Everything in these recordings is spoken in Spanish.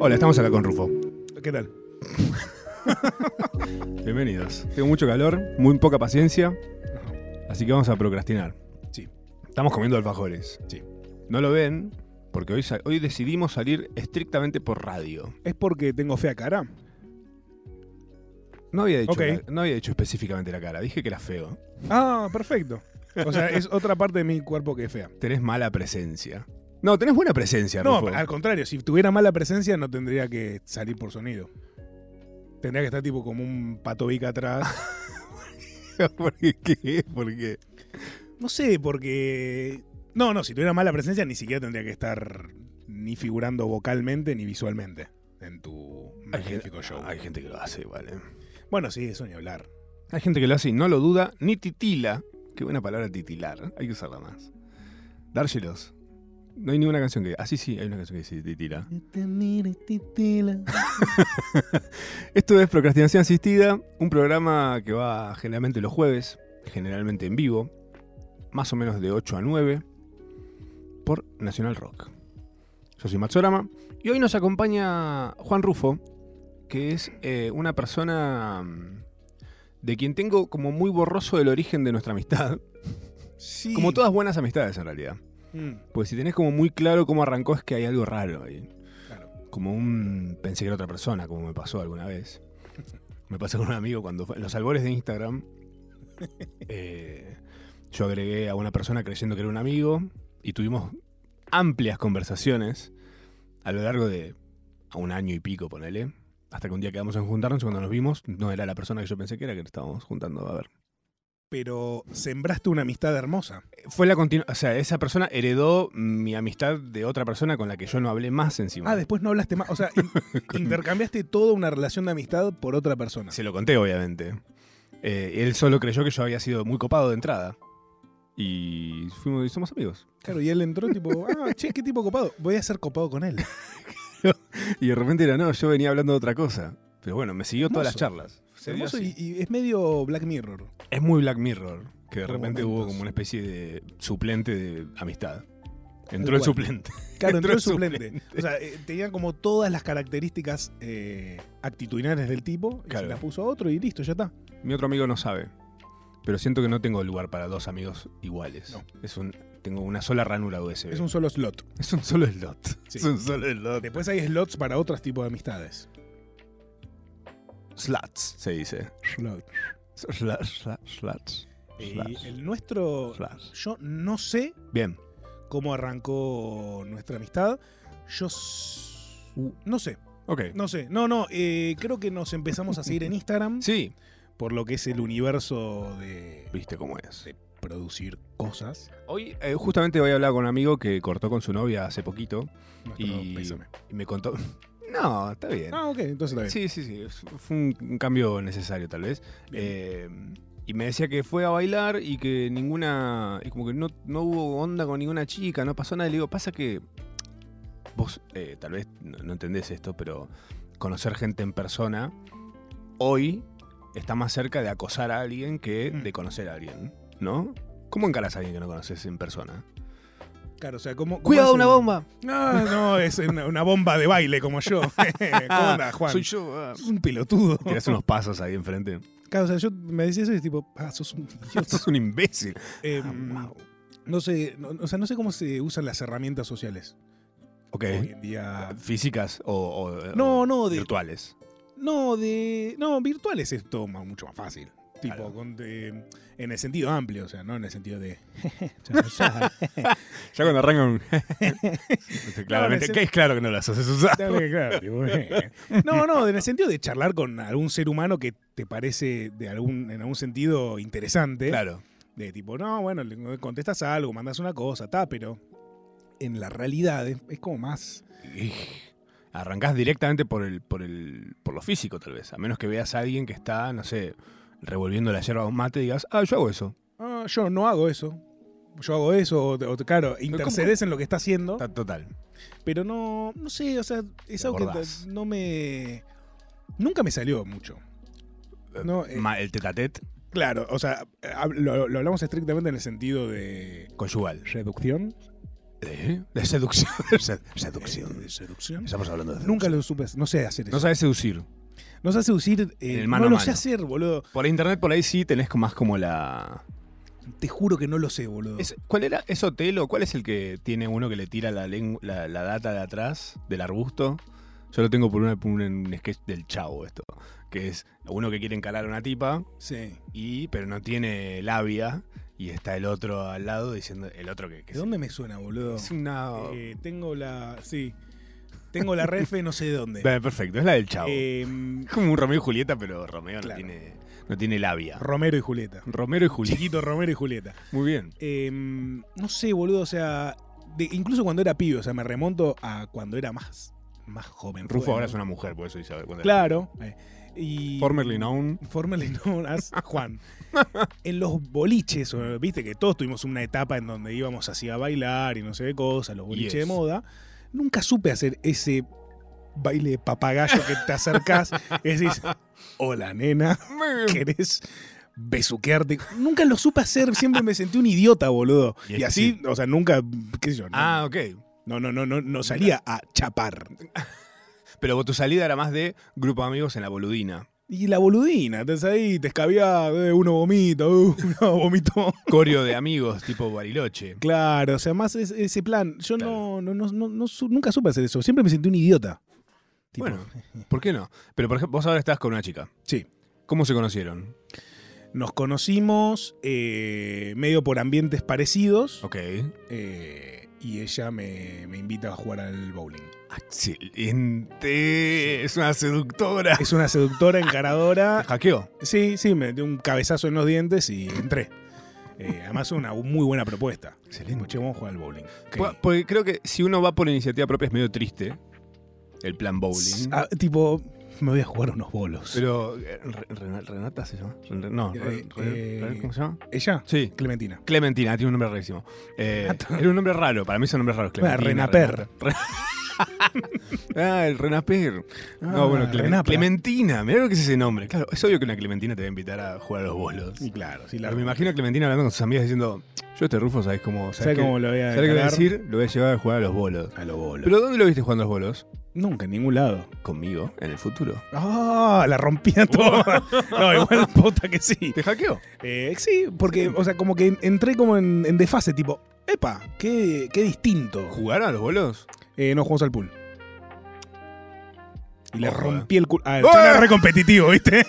Hola, estamos acá con Rufo. ¿Qué tal? Bienvenidos. Tengo mucho calor, muy poca paciencia, así que vamos a procrastinar. Sí. Estamos comiendo alfajores. Sí. No lo ven porque hoy, sa- hoy decidimos salir estrictamente por radio. ¿Es porque tengo fea cara? No había dicho, Ok. la- no había dicho específicamente la cara, dije que era feo. Ah, perfecto. O sea, es otra parte de mi cuerpo que es fea. Tenés mala presencia. No, tenés buena presencia, No, Rufo. al contrario, si tuviera mala presencia no tendría que salir por sonido. Tendría que estar tipo como un pato bica atrás. ¿Por qué? ¿Por qué? No sé, porque... No, no, si tuviera mala presencia ni siquiera tendría que estar ni figurando vocalmente ni visualmente en tu Hay gente, magnífico show. hay gente que lo hace igual. ¿eh? Bueno, sí, eso ni hablar. Hay gente que lo hace y no lo duda, ni titila. Qué buena palabra titilar, hay que usarla más. Dárselos. No hay ninguna canción que. Ah, sí, sí, hay una canción que dice titila. Esto es Procrastinación Asistida, un programa que va generalmente los jueves, generalmente en vivo, más o menos de 8 a 9, por Nacional Rock. Yo soy Matsorama y hoy nos acompaña Juan Rufo, que es eh, una persona mm, de quien tengo como muy borroso el origen de nuestra amistad, Sí. como todas buenas amistades en realidad. Mm, Porque si tenés como muy claro cómo arrancó es que hay algo raro ahí. claro. Como un... Pensé que era otra persona, como me pasó alguna vez. Me pasó con un amigo cuando fue- en los albores de Instagram. eh, yo agregué a una persona creyendo que era un amigo y tuvimos amplias conversaciones a lo largo de a un año y pico, ponele. Hasta que un día quedamos en juntarnos y cuando nos vimos no era la persona que yo pensé que era que estábamos juntando. A ver. Pero sembraste una amistad hermosa. Fue la continu- O sea, esa persona heredó mi amistad de otra persona con la que yo no hablé más encima. Ah, después no hablaste más. O sea, in- intercambiaste toda una relación de amistad por otra persona. Se lo conté, obviamente. Eh, él solo creyó que yo había sido muy copado de entrada. Y fuimos y somos amigos. Claro, y él entró tipo, ah, che, qué tipo copado. Voy a ser copado con él. Y de repente era, no, yo venía hablando de otra cosa. Pero bueno, me siguió todas las Hermoso. charlas. Se dio Hermoso así. y, y es medio Black Mirror. Es muy Black Mirror, que de Por repente hubo momentos. como una especie de suplente de amistad. Entró Tal el cual. suplente. Claro, Entró entró el el suplente. O sea, eh, tenía como todas las características eh, actitudinales del tipo. Y Claro. se las puso a otro y listo, ya está. Mi otro amigo no sabe. Pero siento que no tengo lugar para dos amigos iguales. No. Es un, tengo una sola ranura USB. Es un solo slot. Es un solo slot. Sí. Es un solo slot. Después hay slots para otros tipos de amistades. Slots, se dice. Slot. Slots, slots, slots. Y Eh, el nuestro. Yo no sé Bien. cómo arrancó nuestra amistad. Yo s- Uh. no sé, Ok. no sé, no, no, eh, creo que nos empezamos a seguir en Instagram Sí. por lo que es el universo de Viste cómo es. de producir cosas. Hoy, eh, justamente voy a hablar con un amigo que cortó con su novia hace poquito Nuestro y, pésame. y me contó. No, está bien. Ah, ok, entonces está bien. Sí, sí, sí. es- Fue un, un cambio necesario, tal vez. Bien. Eh, y me decía que fue a bailar y que ninguna. Y como que no, no hubo onda con ninguna chica, no pasó nada. Y le digo, pasa que. Vos, eh, tal vez no, no entendés esto, pero conocer gente en persona hoy está más cerca de acosar a alguien que Mm. de conocer a alguien, ¿no? ¿Cómo encaras a alguien que no conoces en persona? Claro, o sea, como. ¡Cuidado, una bomba! No, no, es una, una bomba de baile como yo. ¿Cómo anda, Juan? Soy yo. ah. Sos un pelotudo. Tirás unos pasos ahí enfrente. Claro, o sea, yo me decía eso y es tipo, ah, sos un idiota. Sos un imbécil. Em, Ah, wow. No sé, no- o sea, no sé cómo se usan las herramientas sociales Ok. Ah, hoy en día. físicas o, o- No, o no, de, virtuales. no, de. No, virtuales es todo ma- mucho más fácil. Tipo, Claro. con- de- en el sentido amplio, o sea, no en el sentido de. chao, chao. Ya cuando arrancan. claramente- claramente, que es claro que no las haces usar. Dale, claro, tipo, eh. no, no, en el sentido de charlar con algún ser humano que te parece de algún, en algún sentido interesante. Claro. De tipo, no, bueno, le contestas algo, mandas una cosa, ta, pero en la realidad es, es como más. Y Arrancás directamente por el, por el. por lo físico, tal vez. A menos que veas a alguien que está, no sé, revolviendo la yerba a un mate y digas, ah, yo hago eso. "Ah, yo no hago eso. Yo hago eso, o, o, claro, intercedes en lo que está haciendo. Está total. Pero no, no sé, o sea, es Te algo que acordás. t- no me... Nunca me salió mucho. No, eh, Ma- el tetatet Claro, o sea, hab- lo, lo hablamos estrictamente en el sentido de conyugal. reducción. ¿De? De seducción. Sed- Eh, seducción. de seducción. Estamos hablando de seducción. Nunca lo supe, no sé hacer eso. No sabes seducir. No sé seducir, eh, En el mano no a lo sé mano. hacer, boludo. Por internet, por ahí sí tenés como- más como la. Te juro que no lo sé, boludo. Es- ¿Cuál era? ¿Es Otelo? ¿Cuál es el que tiene uno que le tira la, lengu- la, la data de atrás del arbusto? Yo lo tengo por una- por un, un sketch del chavo esto. Que es uno que quiere encarar a una tipa, Sí. y, pero no tiene labia. Y está el otro al lado diciendo. El otro que. que ¿De dónde me suena, boludo? Es una. Eh, tengo la. Sí. Tengo la refe, no sé de dónde. Vale, perfecto, es la del chavo. Eh, Es como un Romeo y Julieta, pero Romeo Claro. no, tiene, no tiene labia. Romero y Julieta. Romero y Julieta. Chiquito Romero y Julieta. Muy bien. Eh, no sé, boludo, o sea. de- incluso cuando era pibe, o sea, me remonto a cuando era más, más joven. Rufo joven, ahora ¿no? es una mujer, por eso Isabel. cuando- Claro. eh, y Formerly known. Formerly known as Juan. En los boliches, o, viste que todos tuvimos una etapa en donde íbamos así a bailar y no sé qué cosa, los boliches Yes. de moda. Nunca supe hacer ese baile de papagayo que te acercás y decís, hola nena, ¿querés besuquearte? Nunca lo supe hacer, siempre me sentí un idiota, boludo. Y es Y así, o sea, nunca, qué sé yo, no, Ah, ok. no, no, no, no, no salía a chapar. Pero tu salida era más de grupo de amigos en la boludina. Y la boludina, estás ahí, te escabiás, eh, uno vomita, uh, uno vomitó. Coreo de amigos, tipo Bariloche. Claro, o sea, más es- ese plan. Yo Claro. no, no, no, no- no su- nunca supe hacer eso. Siempre me sentí un idiota. Tipo, eh, Bueno. ¿Por qué no? Pero, por ejemplo, vos ahora estás con una chica. Sí. ¿Cómo se conocieron? Nos conocimos eh, medio por ambientes parecidos Ok. eh, y ella me, me invita a jugar al bowling. Excelente. Es una seductora. Es una seductora, encaradora. Hackeó. Sí, sí, me dio un cabezazo en los dientes y entré. Eh, además, una muy buena propuesta. Excelente. Che, vamos a jugar al bowling. Ok. Po- Porque creo que si uno va por iniciativa propia es medio triste el plan bowling. Ah, tipo, me voy a jugar unos bolos. Pero eh, Re- Rena- Renata se llama. Ren- no, Ren- Eh, Ren- eh, Ren- ¿cómo se llama? ¿Ella? Sí. Clementina. Clementina, ah, tiene un nombre rarísimo. Eh, Renata. era un nombre raro, para mí son nombres raros. Ah, Bueno, Clementina, Renaper. Renata. Ah, el Renaper. Ah, no, bueno, Clemen- Renapa. Clementina, mirá lo que es ese nombre. Claro, es obvio que una Clementina te va a invitar a jugar a los bolos. Y claro, sí, la Pero me imagino a Clementina hablando con sus amigas diciendo, yo este Rufo, ¿sabes cómo? ¿Sabes qué- cómo lo voy a ¿sabés qué le voy a cagar? decir? Lo voy a llevar a jugar a los bolos. A lo bolo. ¿Pero dónde lo viste jugando a los bolos? Nunca, en ningún lado. Conmigo, en el futuro. ¡Ah! la rompía toda. no, igual puta que sí. ¿Te hackeó? Eh, sí, porque, o sea, como que entré como en, en desfase, tipo, ¡epa! ¡Qué, qué distinto! ¿Jugaron a los bolos? Eh, no jugamos al pool. Y le Ojo, eh. rompí el culo. Ah, el ¡Ah! chabón era re competitivo, ¿viste?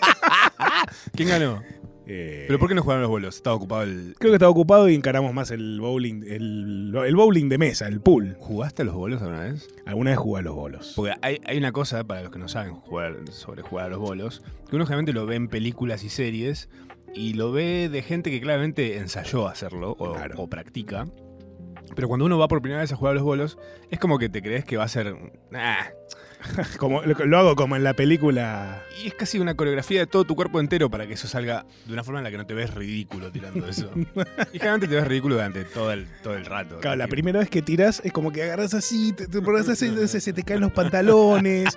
¿Quién ganó? Eh, ¿Pero por qué no jugaron a los bolos? Estaba ocupado el... Creo que estaba ocupado y encaramos más el bowling, el, el bowling de mesa, el pool. ¿Jugaste a los bolos alguna vez? Alguna vez jugué a los bolos. Porque hay, hay una cosa, para los que no saben jugar, sobre jugar a los bolos, que uno generalmente lo ve en películas y series y lo ve de gente que claramente ensayó hacerlo o, Claro. o practica. Pero cuando uno va por primera vez a jugar a los bolos, es como que te crees que va a ser... "Ah". Como, lo, lo hago como en la película Y es casi una coreografía de todo tu cuerpo entero para que eso salga de una forma en la que no te ves ridículo tirando eso. y generalmente te ves ridículo durante todo el, todo el rato. Claro, la Tipo, primera vez que tiras es como que agarras así, te, te pones así, entonces se te caen los pantalones,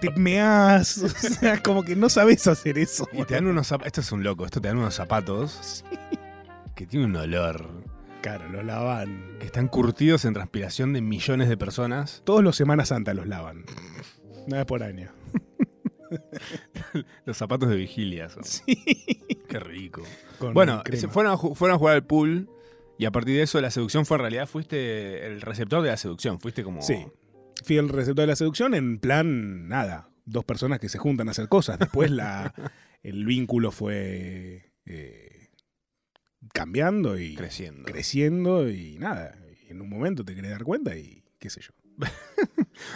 te meás, o sea, como que no sabes hacer eso. Y te dan unos zapatos. Esto es un loco, esto te dan unos zapatos que tienen un olor. Claro, los lavan. Que están curtidos en transpiración de millones de personas. Todos los Semanas Santa los lavan. Una vez por año. Los zapatos de vigilia son. Qué rico. Con Bueno, crema. se fueron a, ju- fueron a jugar al pool. Y a partir de eso, la seducción fue en realidad, fuiste el receptor de la seducción. Fuiste como. Sí. Fui el receptor de la seducción en plan, nada, dos personas que se juntan a hacer cosas. Después la, el vínculo fue eh, cambiando y Creciendo. creciendo y nada. Y en un momento te querés dar cuenta y qué sé yo.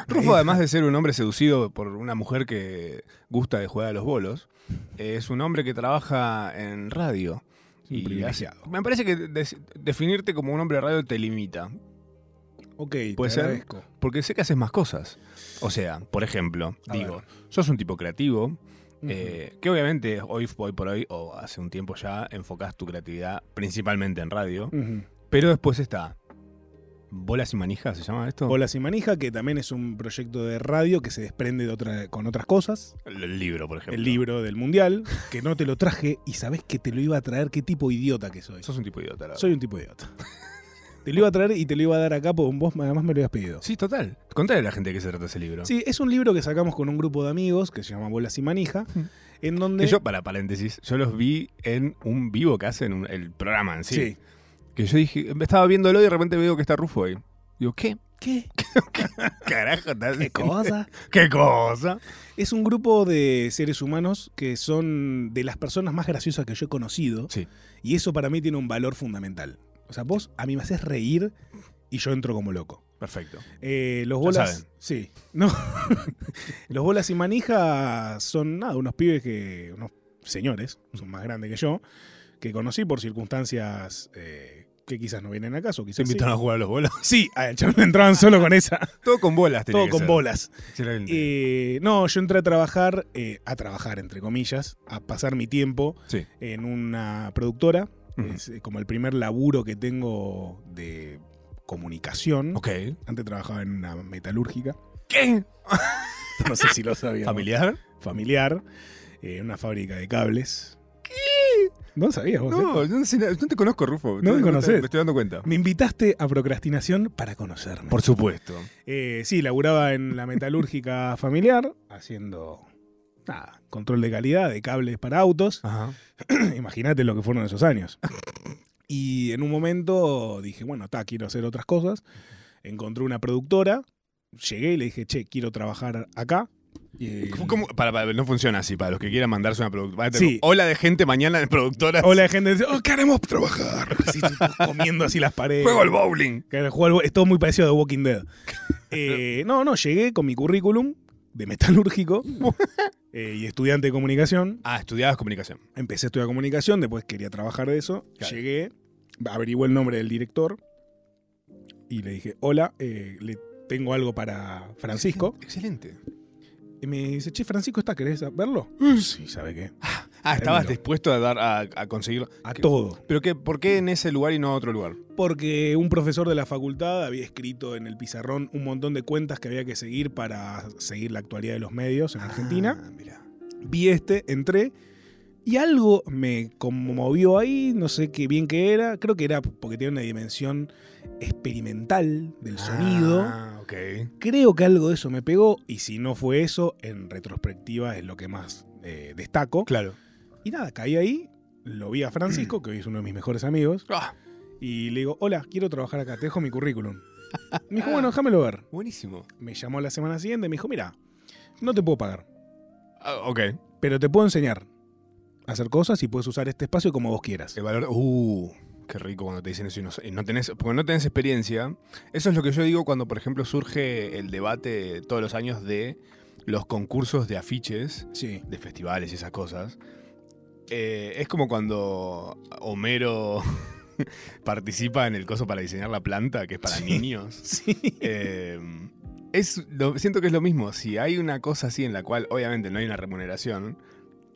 Rufo, además de ser un hombre seducido por una mujer que gusta de jugar a los bolos, es un hombre que trabaja en radio. Es un Y privilegiado. hace- me parece que des- definirte como un hombre de radio te limita. Ok, ¿Puede ¿Puede ser? ser? Porque sé que haces más cosas. O sea, por ejemplo, A digo, sos un tipo creativo, eh, que obviamente hoy, hoy por hoy, o hace un tiempo ya, enfocás tu creatividad principalmente en radio. Pero después está. ¿Bolas y manijas se llama esto? Bolas y Manija, que también es un proyecto de radio que se desprende de otra, con otras cosas. el, el libro, por ejemplo. El libro del Mundial, que no te lo traje y sabés que te lo iba a traer. Qué tipo idiota que soy. Sos un tipo idiota, la verdad. Soy un tipo idiota. Te lo iba a traer y te lo iba a dar acá porque vos además me lo habías pedido. Sí, total. Contale a la gente de qué se trata ese libro. Sí, es un libro que sacamos con un grupo de amigos que se llama Bolas y Manija, Mm. en donde... Que yo, para paréntesis, yo los vi en un vivo que hacen un- el programa en sí. sí. Que yo dije, estaba viéndolo y de repente veo que está Rufo ahí. Digo, ¿qué? ¿Qué? Carajo, estás ¿Qué diciendo? cosa? ¿Qué cosa? Es un grupo de seres humanos que son de las personas más graciosas que yo he conocido. Sí. Y eso para mí tiene un valor fundamental. O sea, vos a mí me haces reír y yo entro como loco. Perfecto. Eh, los Ya bolas. saben. Sí. No. los bolas y manija son nada, unos pibes que. unos señores, son más grandes que yo, que conocí por circunstancias eh, que quizás no vienen a caso, Se quizás. Sí, invitaron a jugar a los bolas. sí al chabón entraban solo con esa. Todo con bolas, tenía todo que con ser. bolas. Excelente. Eh, no, yo entré a trabajar, eh, a trabajar entre comillas, a pasar mi tiempo sí. Mm. en una productora. Ujú. Es eh, como el primer laburo que tengo de comunicación. Ok. Antes trabajaba en una metalúrgica. ¿Qué? No sé si lo sabía. ¿Familiar? Familiar. eh, en una fábrica de cables. ¿Qué? No sabías vos. esto? No, yo no, sé nada. Yo no te conozco, Rufo. No me Estoy- conocés. Me estoy dando cuenta. Me invitaste a procrastinación para conocerme. Por supuesto. Eh, sí, laburaba en la metalúrgica familiar, haciendo nada, control de calidad de cables para autos. Ajá. Imagínate lo que fueron esos años. Y en un momento dije, bueno, está, quiero hacer otras cosas. Encontré una productora, llegué y le dije, che, quiero trabajar acá. Eh, Y- ¿Cómo- cómo? Para, para, no funciona así, para los que quieran mandarse una productora. Sí. Hola de gente mañana de productoras. Hola, gente, dice, oh, queremos trabajar. Sí, tú estás comiendo así las paredes. Juego al bowling. Que el juego- es todo muy parecido a The Walking Dead. Eh, no, no, llegué con mi currículum de metalúrgico eh, y estudiante de comunicación. Ah, estudiabas comunicación. Empecé a estudiar comunicación, después quería trabajar de eso. Claro. Llegué, averigué el nombre del director y le dije, hola, eh, le tengo algo para Francisco. Excelente. Y me dice, che, Francisco está, ¿querés verlo? Sí, ¿sabe qué? Ah, estabas Tremendo. dispuesto a dar a, a conseguirlo. A ¿Qué- todo. ¿Pero qué, por qué en ese lugar y no a otro lugar? Porque un profesor de la facultad había escrito en el pizarrón un montón de cuentas que había que seguir para seguir la actualidad de los medios en Argentina. Ah, mirá. Vi este, entré y algo me conmovió ahí, no sé qué bien que era, creo que era porque tiene una dimensión experimental del sonido. Ah, ok. Creo que algo de eso me pegó y si no fue eso, en retrospectiva es lo que más eh, destaco. Claro. Y nada, caí ahí, lo vi a Francisco, que hoy es uno de mis mejores amigos, Ah, y le digo, hola, quiero trabajar acá, te dejo mi currículum. Me dijo, bueno, déjamelo ver. buenísimo. Me llamó la semana siguiente, me dijo, mira, no te puedo pagar, Ah, ok. pero te puedo enseñar a hacer cosas y puedes usar este espacio como vos quieras. El valor. Uh, qué rico cuando te dicen eso y no, y no tenés. Porque no tenés experiencia. Eso es lo que yo digo cuando, por ejemplo, surge el debate todos los años de los concursos de afiches. Sí. de festivales y esas cosas. eh, es como cuando Homero participa en el coso para diseñar la planta, que es para Sí. niños. Sí. Eh, es, lo- siento que es lo mismo. Si hay una cosa así en la cual obviamente no hay una remuneración,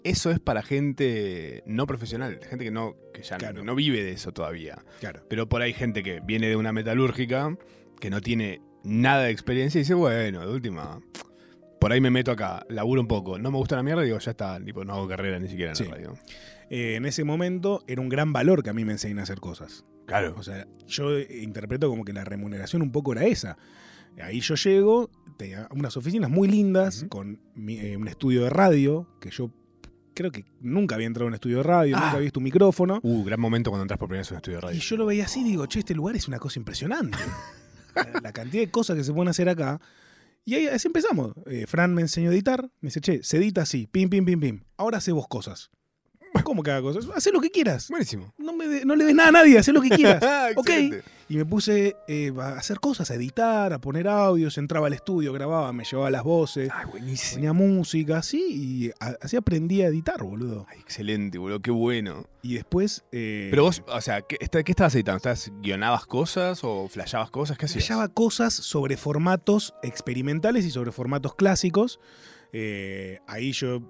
eso es para gente no profesional, gente que no, que ya no- Claro. no vive de eso todavía. Claro. Pero por ahí gente que viene de una metalúrgica, que no tiene nada de experiencia y dice, bueno, de última, por ahí me meto acá, laburo un poco, no me gusta la mierda, digo, ya está, tipo, no hago carrera ni siquiera en Sí. la radio. Eh, en ese momento era un gran valor que a mí me enseñen a hacer cosas. Claro. O sea, yo interpreto como que la remuneración un poco era esa. Ahí yo llego, tenía unas oficinas muy lindas, Ujú. con mi- eh, un estudio de radio, que yo creo que nunca había entrado a un estudio de radio, Ah. nunca había visto un micrófono. Uh, gran momento cuando entras por primera vez a un estudio de radio. Y yo lo veía así y digo, che, este lugar es una cosa impresionante. La- la cantidad de cosas que se pueden hacer acá. Y ahí así empezamos. Eh, Fran me enseñó a editar. Me dice, che, se edita así, pim, pim, pim, pim. Ahora hace vos cosas. ¿Cómo que haga cosas? Hacé lo que quieras. Buenísimo. No, me de- no le des nada a nadie, hacé lo que quieras. Ok. Excelente. Y me puse eh, a hacer cosas, a editar, a poner audios, entraba al estudio, grababa, me llevaba las voces, Ay, buenísimo. ponía música, así, y a- así aprendí a editar, boludo. Ay, excelente, boludo, qué bueno. Y después... eh, Pero vos, o sea, ¿qué, está- qué estabas editando? ¿Estás guionabas cosas o flashabas cosas? ¿Qué hacías? Hallaba cosas sobre formatos experimentales y sobre formatos clásicos. Eh, ahí yo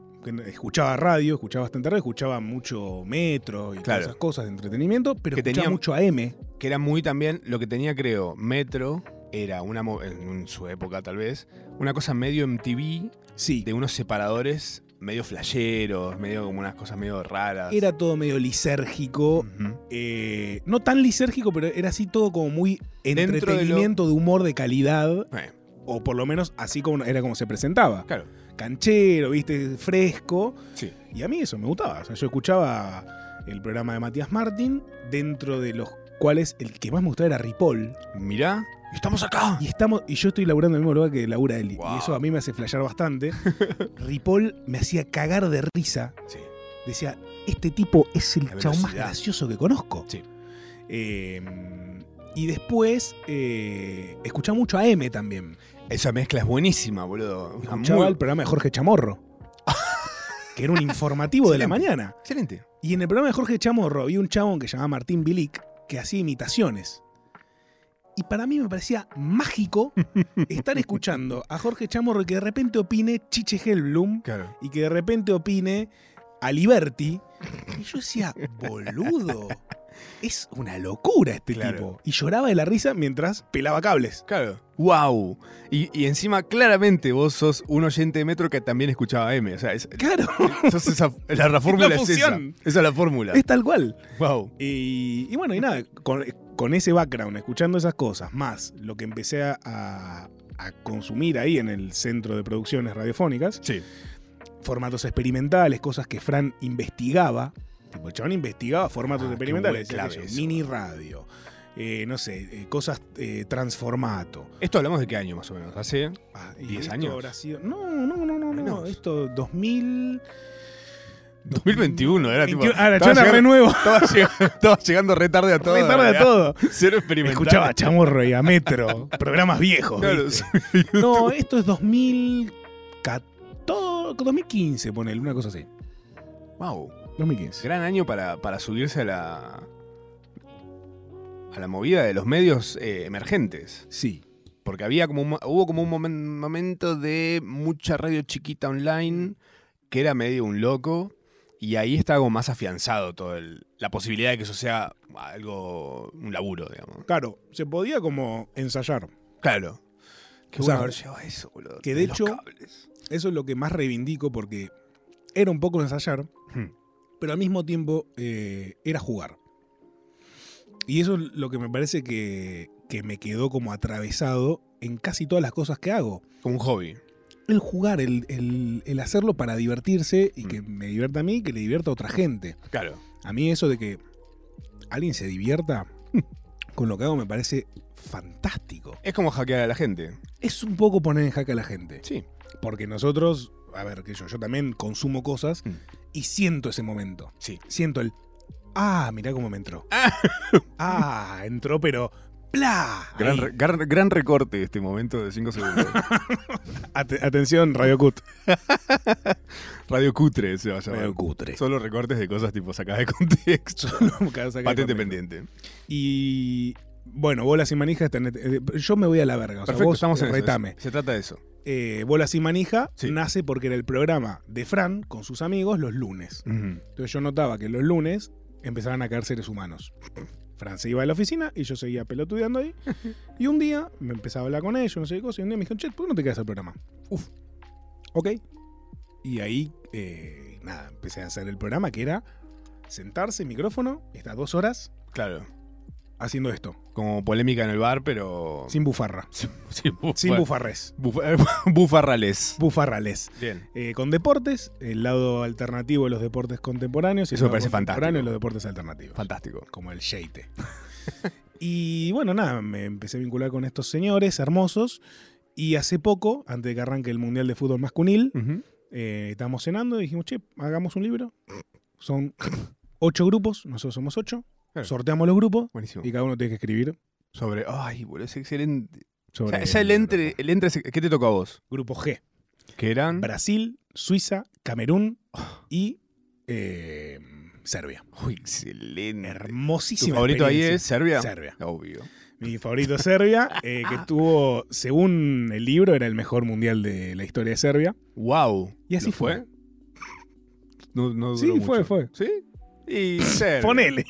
escuchaba radio, escuchaba bastante radio, escuchaba mucho metro y Claro. todas esas cosas de entretenimiento, pero Que escuchaba tenía- mucho AM. que era muy también lo que tenía, creo, Metro era una mo- en su época tal vez, una cosa medio MTV Sí, de unos separadores medio flasheros, medio como unas cosas medio raras. Era todo medio lisérgico. Ujú. eh, no tan lisérgico, pero era así todo como muy de lo- entretenimiento de, humor de calidad. Eh, O por lo menos así como era como se presentaba. claro, Canchero, viste, fresco. sí. Y a mí eso me gustaba. O sea, yo escuchaba el programa de Matías Martín, dentro de los cuales el que más me gustaba era Ripoll. Mirá, estamos acá. Y estamos, y yo estoy laburando en el mismo lugar que labura él. Wow. Y eso a mí me hace flashear bastante. Ripoll me hacía cagar de risa. Sí. Decía, este tipo es el La chabón más velocidad. gracioso que conozco. Sí. Eh, y después eh, escuchaba mucho a M también. Esa mezcla es buenísima, boludo. Una Escuchaba muy- el programa de Jorge Chamorro. que era un informativo de la Excelente. mañana. Excelente. Y en el programa de Jorge Chamorro había un chabón que se llamaba Martín Bilic que hacía imitaciones. Y para mí me parecía mágico estar escuchando a Jorge Chamorro y que de repente opine Chiche Hellblum Claro. y que de repente opine Aliberti. Y yo decía, boludo, es una locura este Claro. tipo. Y lloraba de la risa mientras pelaba cables. Claro. ¡Wow! Y, y encima, claramente, vos sos un oyente de metro que también escuchaba a M. O sea, es- Claro, sos esa- la, la fórmula es esa. fusión. Esa es la fórmula. es tal cual. ¡Wow! Y, y bueno, y nada, con, con ese background, escuchando esas cosas, más lo que empecé a, a- a consumir ahí en el centro de producciones radiofónicas, Sí. formatos experimentales, cosas que Fran investigaba, tipo, el chabón investigaba formatos Ah, qué experimentales, buena qué clave sé yo, eso. mini radio, eh, no sé, eh, cosas eh, transformato. Esto hablamos de qué año más o menos. Hace. Ah, y 10 esto años. habrá sido- no, no, no, no, no, Menos. esto 2000... 2021, era tipo. 21, ah, la estaba chona re llegando- nuevo, estaba llegando, estaba llegando re tarde a todo. re tarde a ¿verdad? todo. Cero experimental. Escuchaba a Chamorro y a Metro, programas viejos. Claro, ¿viste? sí. No, esto es 2014, 2015, ponele, una cosa así. Wow. 2015. Gran año para, para subirse a la. a la movida de los medios eh, emergentes. Sí, Porque había como un mo- hubo como un momen- momento de mucha radio chiquita online que era medio un loco. Y ahí está como más afianzado todo el- la posibilidad de que eso sea algo. un laburo, digamos. claro, se podía como ensayar. Claro. Qué O sea, bueno haber llegado a eso, boludo. que de Los hecho- cables. Eso es lo que más reivindico porque era un poco ensayar, Hmm. pero al mismo tiempo eh, era jugar. Y eso es lo que me parece que, que me quedó como atravesado en casi todas las cosas que hago. Como un hobby. El jugar, el, el- el hacerlo para divertirse y Mm. que me divierta a mí y que le divierta a otra gente. Claro. A mí eso de que alguien se divierta con lo que hago me parece fantástico. Es como hackear a la gente. Es un poco poner en jaque a la gente. Sí. Porque nosotros, a ver, que yo, yo también consumo cosas Mm. y siento ese momento. Sí. Siento el, ah, mirá cómo me entró. ah, entró, pero, ¡plá! Gran, Ahí. re- gran- gran recorte este momento de 5 segundos. Ate- atención, Radio Cut. Radio Cutre se va a llamar. Radio Cutre. Solo recortes de cosas tipo sacadas de contexto. Cada saca de Patente contexto. pendiente. Y bueno, bolas y manija está en net- eh, Yo me voy a la verga. O sea, Perfecto, vos estamos en eso. retame. Se trata de eso. eh, Bolas y Manija Sí. nace porque era el programa de Fran con sus amigos los lunes. Entonces yo notaba que los lunes empezaban a caer seres humanos. Fran se iba de la oficina y yo seguía pelotudeando ahí. Y un día me empezaba a hablar con ellos, no sé qué cosa, y un día me dijeron, che, ¿por qué no te quedas al programa? Uf. Ok. Y ahí, eh, nada, empecé a hacer el programa que era sentarse, micrófono, estas dos horas Claro. haciendo esto, Como polémica en el bar, pero. sin bufarra, Sin, sin bufa- sin bufarres, bufa- eh, bufarrales. bufarrales. Bien. eh, con deportes, el lado alternativo de los deportes contemporáneos y el Eso me lado parece contemporáneo fantástico. de los deportes alternativos, Fantástico. como el sheite. y bueno, nada, me empecé a vincular con estos señores hermosos y hace poco, antes de que arranque el Mundial de Fútbol Masculil, eh, estábamos cenando y dijimos, che, hagamos un libro. Son ocho grupos, nosotros somos ocho, Claro. sorteamos los grupos Buenísimo. y cada uno tiene que escribir Sobre. Ay, boludo, es excelente. O sobre... sea, ya el entre. grupo. El entre ¿Qué te tocó a vos? Grupo G. Que eran. Brasil, Suiza, Camerún y eh, Serbia. Uy, excelente. Hermosísimo. Tu favorito ahí es Serbia. Serbia. Obvio. Mi favorito es Serbia, eh, que tuvo, según el libro, era el mejor mundial de la historia de Serbia. Wow. Y así fue. No, no Sí, duró fue, mucho. fue. ¿Sí? Y Serbia. Ponele.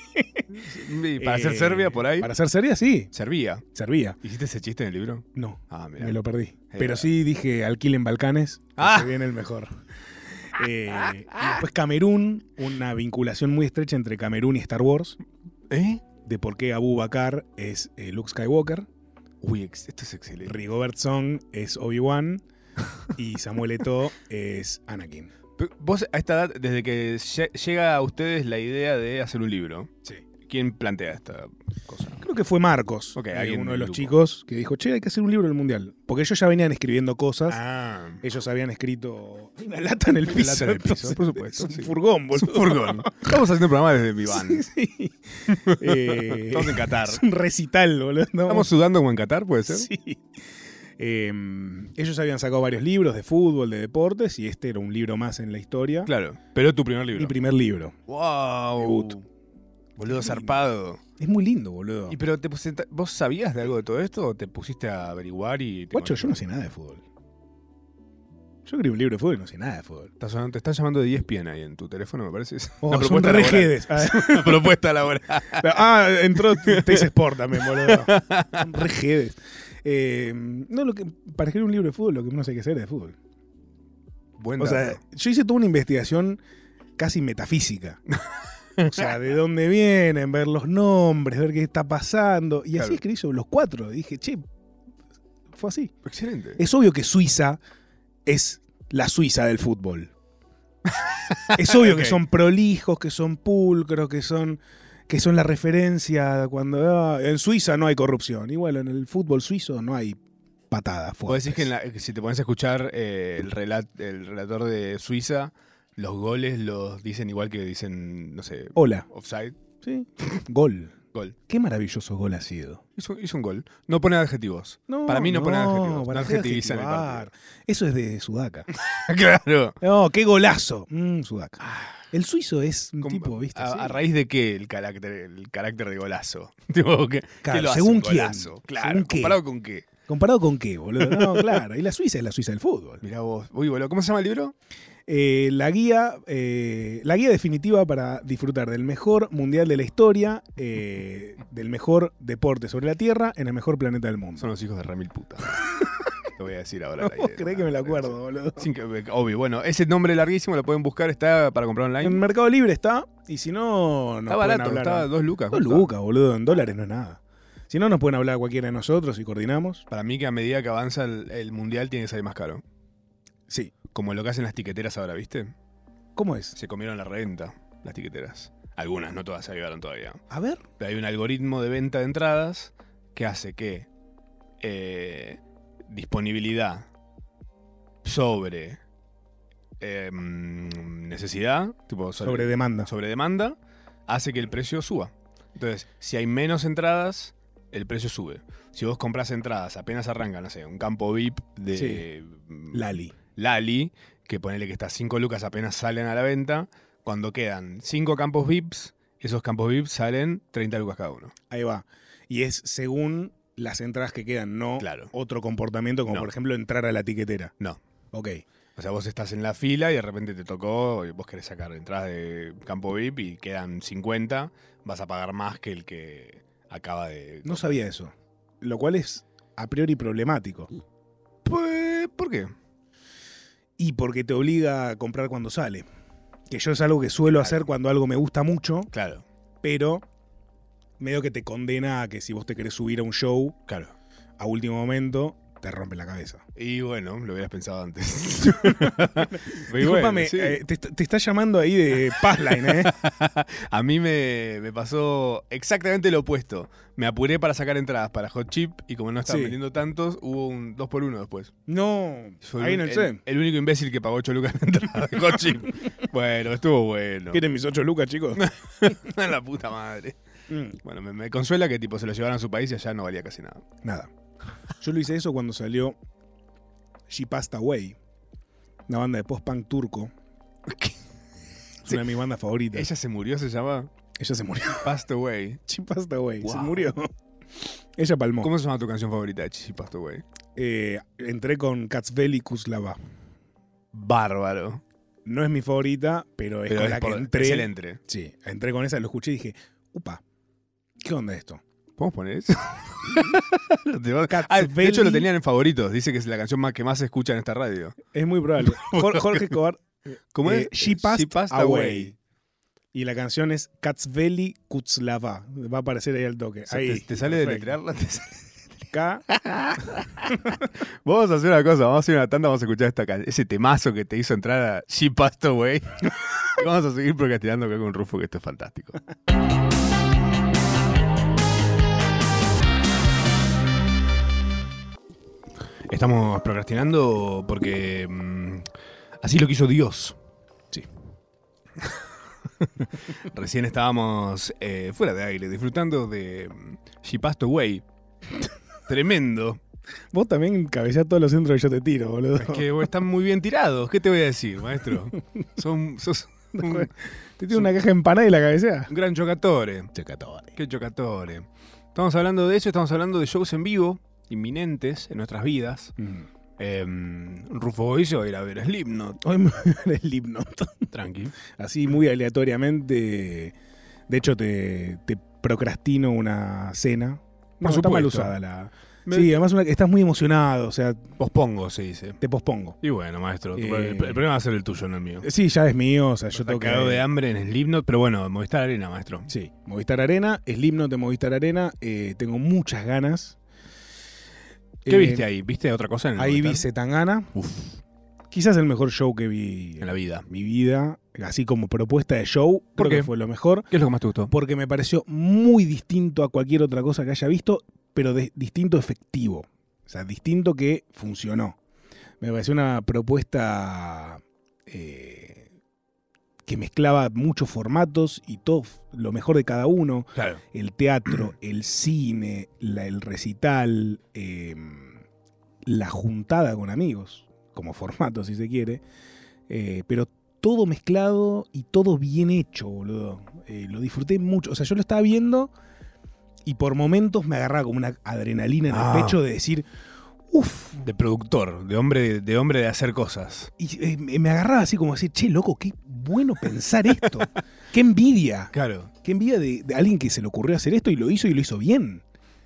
Y para ser Eh, Serbia por ahí. Para ser Serbia, sí. Servía. Servía. ¿Hiciste ese chiste en el libro? No, Ah, mira. me lo perdí. Pero sí dije alquilen Balcanes. que Ah. Se viene el mejor. Eh, y después Camerún, una vinculación muy estrecha entre Camerún y Star Wars, ¿Eh? de por qué Abu Bakar es eh, Luke Skywalker, Uy, ex- esto es excelente. Rigobert Song es Obi-Wan y Samuel Eto'o es Anakin. Pero Vos, a esta edad, desde que lle- llega a ustedes la idea de hacer un libro, Sí. ¿quién plantea esta cosa? Creo que fue Marcos, Ok, eh, alguien uno de del los grupo. chicos, que dijo, che, hay que hacer un libro del Mundial. Porque ellos ya venían escribiendo cosas. Ah, Ellos habían escrito una lata en el Una piso. lata en el piso, entonces, por supuesto, Es un sí. furgón, es boludo. un furgón. Estamos haciendo programas desde mi van. Sí, sí. Eh, Estamos en Qatar. es un recital, boludo. ¿Estamos sudando como en Qatar, puede ser? Sí. Em, ellos habían sacado varios libros de fútbol, de deportes, y este era un libro más en la historia. Claro. Pero tu primer libro. Mi primer libro. ¡Wow! Debut. Boludo zarpado. Es muy lindo, boludo. ¿Y pero te pusiste- vos sabías de algo de todo esto o te pusiste a averiguar y te Guacho, yo no sé nada de fútbol. Yo escribí un libro de fútbol y no sé nada de fútbol. Estás sonando- te están llamando de ESPN ahí en tu teléfono, me parece. Es Oh, una son propuesta re laboral. jedes. Ah, Una propuesta laboral. Ah, entró Tays Sport también, boludo. Son Re jedes. Eh, no, lo que, para escribir un libro de fútbol, lo que no sé qué hacer es de fútbol. Buen O sea, dato. yo hice toda una investigación casi metafísica. O sea, de dónde vienen, ver los nombres, ver qué está pasando. Y Claro. así escribí sobre los cuatro. Y dije, che, fue así. Excelente. Es obvio que Suiza es la Suiza del fútbol. Es obvio Ok. que son prolijos, que son pulcros, que son que son la referencia cuando ah, en Suiza no hay corrupción. Y bueno, en el fútbol suizo no hay patadas Vos decís fuertes. que, en la- que si te pones a escuchar eh, el, relat- el relator de Suiza, los goles los dicen igual que dicen, no sé, Hola, offside, sí, gol. gol. Qué maravilloso gol ha sido. Hizo, hizo un gol. No pone adjetivos. Para mí no ponen adjetivos, para no qué adjetivizan el adjetivar. Eso es de Sudaca. claro. No, qué golazo. Mm, Sudaca. El suizo es un Ah. Como- tipo, ¿viste? a, Sí. a raíz de qué el carácter, el carácter de golazo? Tipo, ¿qué- Claro, qué lo hace según un quién, golazo? Claro, según qué. comparado con qué. ¿Comparado con qué, boludo? No, claro. Y la Suiza es la Suiza del fútbol. Mirá vos. Uy, boludo, ¿cómo se llama el libro? Eh, la, guía, eh, la guía definitiva para disfrutar del mejor mundial de la historia, eh, del mejor deporte sobre la Tierra, en el mejor planeta del mundo. Son los hijos de Ramil Puta. Lo voy a decir ahora. al ¿Vos aire, nada, creés que me lo nada, acuerdo, boludo? sí. Sin que- obvio, bueno, ese nombre larguísimo lo pueden buscar, está para comprar online. En Mercado Libre está, y si no, nos está pueden barato, hablar. está a dos lucas. Dos justo. lucas, boludo, en dólares no es nada. Si no, nos pueden hablar cualquiera de nosotros y coordinamos. Para mí que a medida que avanza el, el mundial tiene que salir más caro. Sí. Como lo que hacen las tiqueteras ahora, ¿viste? ¿Cómo es? Se comieron la reventa, las tiqueteras. Algunas, no todas se avivaron todavía. A ver. Pero hay un algoritmo de venta de entradas que hace que eh, disponibilidad sobre eh, mm, necesidad, tipo sobre, Sobre demanda. sobre demanda, hace que el precio suba. Entonces, si hay menos entradas, el precio sube. Si vos compras entradas, apenas arrancan, no sé, un campo VIP de Sí. mm, Lali. Lali, que ponele que estas 5 lucas apenas salen a la venta, cuando quedan 5 campos VIPs, esos campos VIPs salen 30 lucas cada uno. Ahí va. Y es según las entradas que quedan, no Claro. otro comportamiento como No. por ejemplo entrar a la tiquetera. No. Ok. O sea, vos estás en la fila y de repente te tocó, y vos querés sacar entradas de campo VIP y quedan 50, vas a pagar más que el que acaba de... No sabía eso. Lo cual es a priori problemático. Pues, ¿Por qué? Y porque te obliga a comprar cuando sale. Que yo es algo que suelo Claro. hacer cuando algo me gusta mucho, Claro, pero medio que te condena a que si vos te querés subir a un show claro. a último momento, te rompe la cabeza. Y bueno, lo hubieras pensado antes. Pero bueno, Disculpame, sí. eh, te, te estás llamando ahí de Passline, ¿eh? A mí me, me pasó exactamente lo opuesto. Me apuré para sacar entradas para Hot Chip y como no estaban Sí. vendiendo tantos, hubo un 2 por 1 después. No, Soy ahí un- en el C. el único imbécil que pagó 8 lucas en entrada de Hot Chip. bueno, estuvo bueno. ¿Quieren mis ocho lucas, chicos? la puta madre. Mm. Bueno, me, me consuela que tipo se lo llevaron a su país y allá no valía casi nada. Nada. Yo lo hice eso cuando salió She Passed Away, una banda de post-punk turco. Es una de mis bandas favoritas. Ella, Ella se murió, se llama se murió. Passed Away. She Passed Away, se Wow. murió. Ella palmó. ¿Cómo se llama tu canción favorita de Chichi Passed Away? Eh, entré con Katzbel y Kuslava. Bárbaro. No es mi favorita, pero es Pero con es la que por- entré. es el entre. Sí, entré con esa, lo escuché y dije, upa, ¿qué onda esto? ¿Podemos poner eso? Lo tenemos- Cats Ah, de hecho, Belly. lo tenían en favoritos. Dice que es la canción más que más se escucha en esta radio. Es muy probable. Jor- Jorge Escobar ¿Cómo Eh, es? She Passed, away. Y la canción es Katzveli Kutzlava. Va a aparecer ahí al toque. O sea, ahí. te, te sale de perfecto. letrearla. te sale- K. Vamos a hacer una cosa, vamos a hacer una tanda, vamos a escuchar esta can- ese temazo que te hizo entrar a She Passed Away. Y vamos a seguir procrastinando acá con Rufo, que esto es fantástico. Estamos procrastinando porque mm, así lo quiso Dios. Sí. Recién estábamos eh, fuera de aire, disfrutando de mm, She Passed Away. Tremendo. Vos también cabeceás todos los centros que yo te tiro, boludo. Es que vos están muy bien tirados. ¿Qué te voy a decir, maestro? Son, sos un, un Te tiro una caja empanada y la cabecea. gran chocatore. Qué chocatore. Estamos hablando de eso, estamos hablando de shows en vivo, inminentes en nuestras vidas. Mm. Eh, Rufo hoy se va a ir a ver Slipknot. Hoy me voy a ver Slipknot. Tranqui. Así muy aleatoriamente. De hecho, te, te procrastino una cena. No, Por está mal supuesto. usada la. Me- Sí, además una- estás muy emocionado, o sea, Pospongo, se dice. te pospongo. Y bueno, maestro, tu- Eh. el, el problema va a ser el tuyo, no el mío. Sí, ya es mío, o sea, Yo yo te tengo que. quedado de hambre en Slipknot, pero bueno, Movistar Arena, maestro. Sí, Movistar Arena, Slipknot de Movistar Arena. eh, tengo muchas ganas. ¿Qué Eh, viste ahí? ¿Viste otra cosa en el Ahí vi Movistar? Zetangana. Uf, Quizás el mejor show que vi en la vida. mi vida, así como propuesta de show, ¿Por creo qué? que fue lo mejor, ¿Qué es lo que más te gustó? porque me pareció muy distinto a cualquier otra cosa que haya visto, pero de- distinto efectivo, o sea, distinto que funcionó. Me pareció una propuesta eh, que mezclaba muchos formatos y todo f- lo mejor de cada uno, Claro. el teatro, el cine, la- el recital, eh, la juntada con amigos, como formato si se quiere, eh, pero todo mezclado y todo bien hecho, boludo. Eh, lo disfruté mucho, o sea, yo lo estaba viendo y por momentos me agarraba como una adrenalina en Ah. el pecho de decir, uff, De productor, de hombre, de hombre de hacer cosas. y eh, me me agarraba así como decir, che, loco, qué bueno pensar esto, qué envidia, Claro. qué envidia de, de alguien que se le ocurrió hacer esto y lo hizo y lo hizo bien.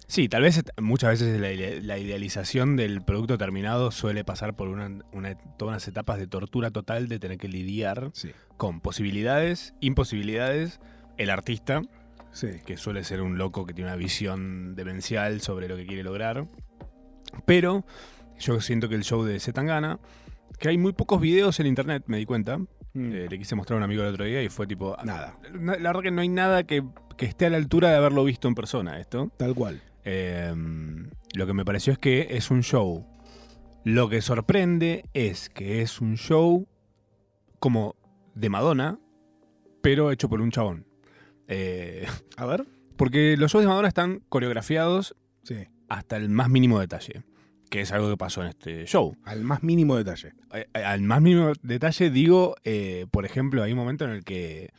Sí, tal vez et- muchas veces la, ide- la idealización del producto terminado suele pasar por una, una- todas unas etapas de tortura total de tener que lidiar Sí. con posibilidades, imposibilidades. El artista, Sí. que suele ser un loco que tiene una visión demencial sobre lo que quiere lograr. Pero yo siento que el show de Zetangana, que hay muy pocos videos en internet, me di cuenta. Mm. Eh, le quise mostrar a un amigo el otro día y fue tipo, Nada, Na- La verdad que no hay nada que, que esté a la altura de haberlo visto en persona esto. tal cual. Eh, lo que me pareció es que es un show. Lo que sorprende es que es un show como de Madonna, pero hecho por un chabón. Eh, A ver. porque los shows de Madonna están coreografiados Sí. hasta el más mínimo detalle, que es algo que pasó en este show. Al más mínimo detalle. Eh, eh, al más mínimo detalle digo, eh, por ejemplo, hay un momento en el que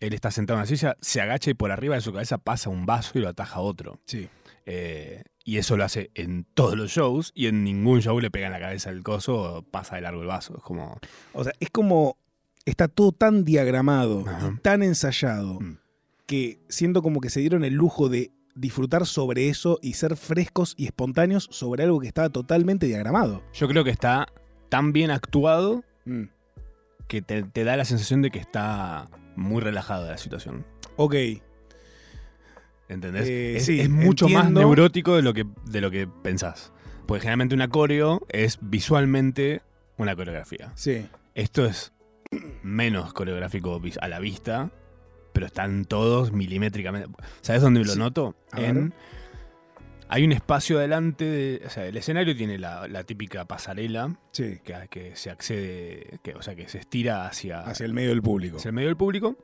él está sentado en la silla, se agacha y por arriba de su cabeza pasa un vaso y lo ataja a otro. Sí. Eh, y eso lo hace en todos los shows y en ningún show le pega en la cabeza el coso o pasa de largo el vaso. Es como... O sea, es como. Está todo tan diagramado, Ajá. y tan ensayado, Mm. que siento como que se dieron el lujo de disfrutar sobre eso y ser frescos y espontáneos sobre algo que estaba totalmente diagramado. Yo creo que está tan bien actuado que te, te da la sensación de que está muy relajada la situación. Ok. ¿Entendés? Eh, es, sí, es mucho más entiendo. neurótico de lo, que, de lo que pensás. Porque generalmente una coreo es visualmente una coreografía. Sí. Esto es menos coreográfico vis- a la vista, pero están todos milimétricamente. ¿Sabes dónde lo Sí. noto? A En, ver. hay un espacio adelante, de- o sea, el escenario tiene la, la típica pasarela Sí. que, que se accede, que, o sea, que se estira hacia, Hacia el medio del público. hacia el medio del público.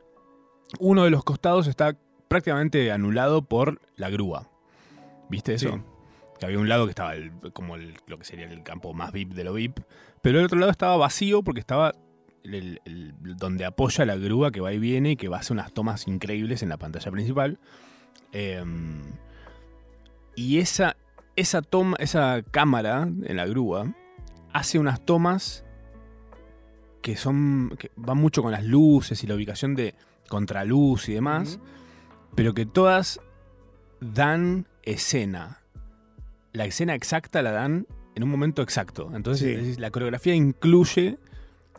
Uno de los costados está prácticamente anulado por la grúa. ¿Viste eso? Sí. Que había un lado que estaba el- como el- lo que sería el campo más VIP de lo VIP, pero el otro lado estaba vacío porque estaba el- el- donde apoya la grúa que va y viene y que va a hacer unas tomas increíbles en la pantalla principal. Em, y esa, esa, toma, esa cámara en la grúa hace unas tomas que son que van mucho con las luces y la ubicación de contraluz y demás, pero que todas dan escena. La escena exacta la dan en un momento exacto. Entonces Sí. es decir, la coreografía incluye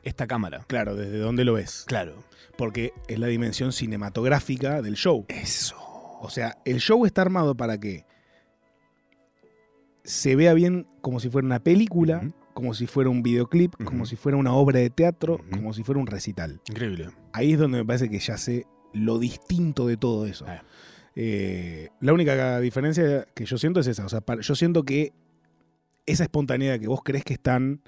esta cámara. Claro, desde dónde lo ves. Claro. Porque es la dimensión cinematográfica del show. Eso. O sea, el show está armado para que se vea bien como si fuera una película, Ujú. como si fuera un videoclip, Ujú. como si fuera una obra de teatro, Ujú. como si fuera un recital. Increíble. Ahí es donde me parece que ya sé lo distinto de todo eso. Ah. Eh, la única diferencia que yo siento es esa. O sea, para- yo siento que esa espontaneidad que vos crees que están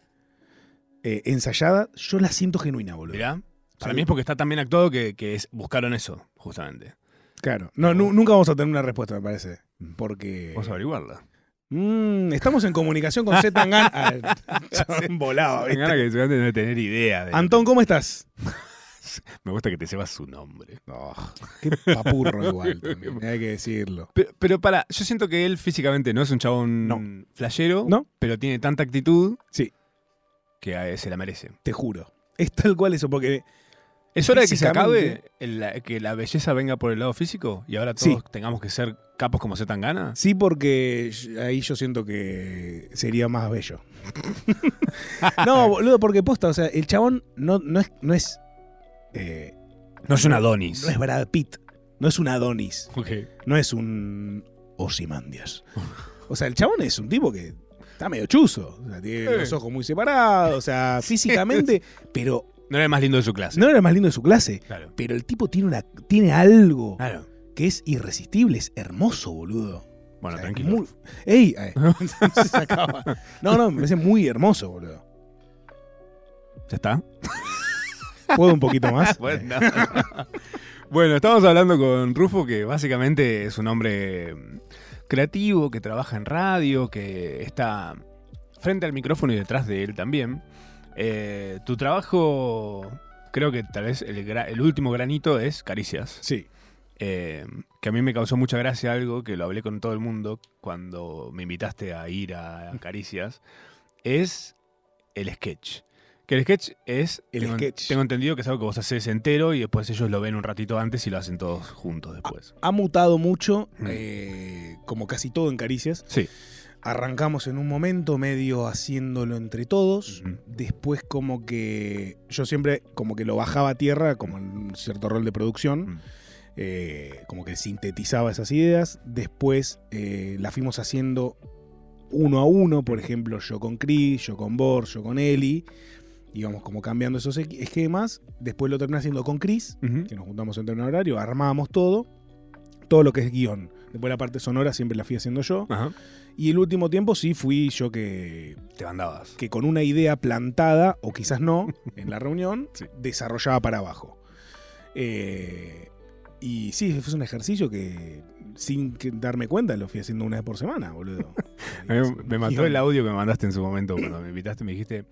eh, ensayada, yo la siento genuina, boludo. Mirá. Para Sí. mí es porque está tan bien actuado que, que es- buscaron eso, justamente. Claro. No, nu- nunca vamos a tener una respuesta, me parece. Porque. Vamos a averiguarla. Mm, estamos en comunicación con Z Tangan. Ah, chabón volaba, Tengo ¿viste? ganas que seguramente no debe tener idea de. Antón, ¿cómo estás? Me gusta que te sepas su nombre. Oh. qué papurro igual, también, hay que decirlo. Pero, pero para, yo siento que él físicamente no es un chabón No. flashero, No. pero tiene tanta actitud Sí. que a- se la merece. Te juro. Es tal cual eso, porque Es hora de que se Físicamente- acabe el- la- que la belleza venga por el lado físico y ahora Sí. todos tengamos que ser capos como se tan gana. sí, porque ahí yo siento que sería más bello. no, boludo, porque posta, o sea, el chabón no, no es, no es, eh, No es un Adonis. no es Brad Pitt, no es un Adonis, Ok. no es un Osimandias. O sea, el chabón es un tipo que está medio chuzo. O sea, tiene Sí. los ojos muy separados, o sea, físicamente, pero No era el más lindo de su clase. no era el más lindo de su clase. Claro. Pero el tipo tiene, una, tiene algo Claro. que es irresistible, es hermoso, boludo. Bueno, O sea, es Ah, tranquilo. muy- ¡Ey! eh, se sacaba. No, no, me parece muy hermoso, boludo. ¿Ya está? ¿Puedo un poquito más? Bueno. bueno, estamos hablando con Rufo, que básicamente es un hombre mm, creativo, que trabaja en radio, que está frente al micrófono y detrás de él también. Eh, tu trabajo, creo que tal vez el, gra- el último granito es Caricias, Sí. eh, que a mí me causó mucha gracia algo, que lo hablé con todo el mundo cuando me invitaste a ir a Caricias, es el sketch. Que el sketch es... El tengo, sketch. tengo entendido que es algo que vos haces entero y después ellos lo ven un ratito antes y lo hacen todos juntos después. Ha mutado mucho, Mm. eh, como casi todo en Caricias. Sí. Arrancamos en un momento medio haciéndolo entre todos. Ujú. Después como que yo siempre como que lo bajaba a tierra, como en un cierto rol de producción. Mm. eh, como que sintetizaba esas ideas. Después eh, la fuimos haciendo uno a uno, por ejemplo, yo con Chris, yo con Bor, yo con Eli. Íbamos como cambiando esos equ- esquemas. Después lo terminé haciendo con Chris, Ujú. que nos juntamos en un horario, armábamos todo, todo lo que es guión. Después la parte sonora siempre la fui haciendo yo. Ajá. Y el último tiempo sí fui yo que, Te mandabas. que con una idea plantada, o quizás no, en la reunión, Sí. desarrollaba para abajo. Eh, y sí, fue un ejercicio que sin que darme cuenta lo fui haciendo una vez por semana, boludo. A mí me mató el audio que me mandaste en su momento cuando me invitaste. Me dijiste,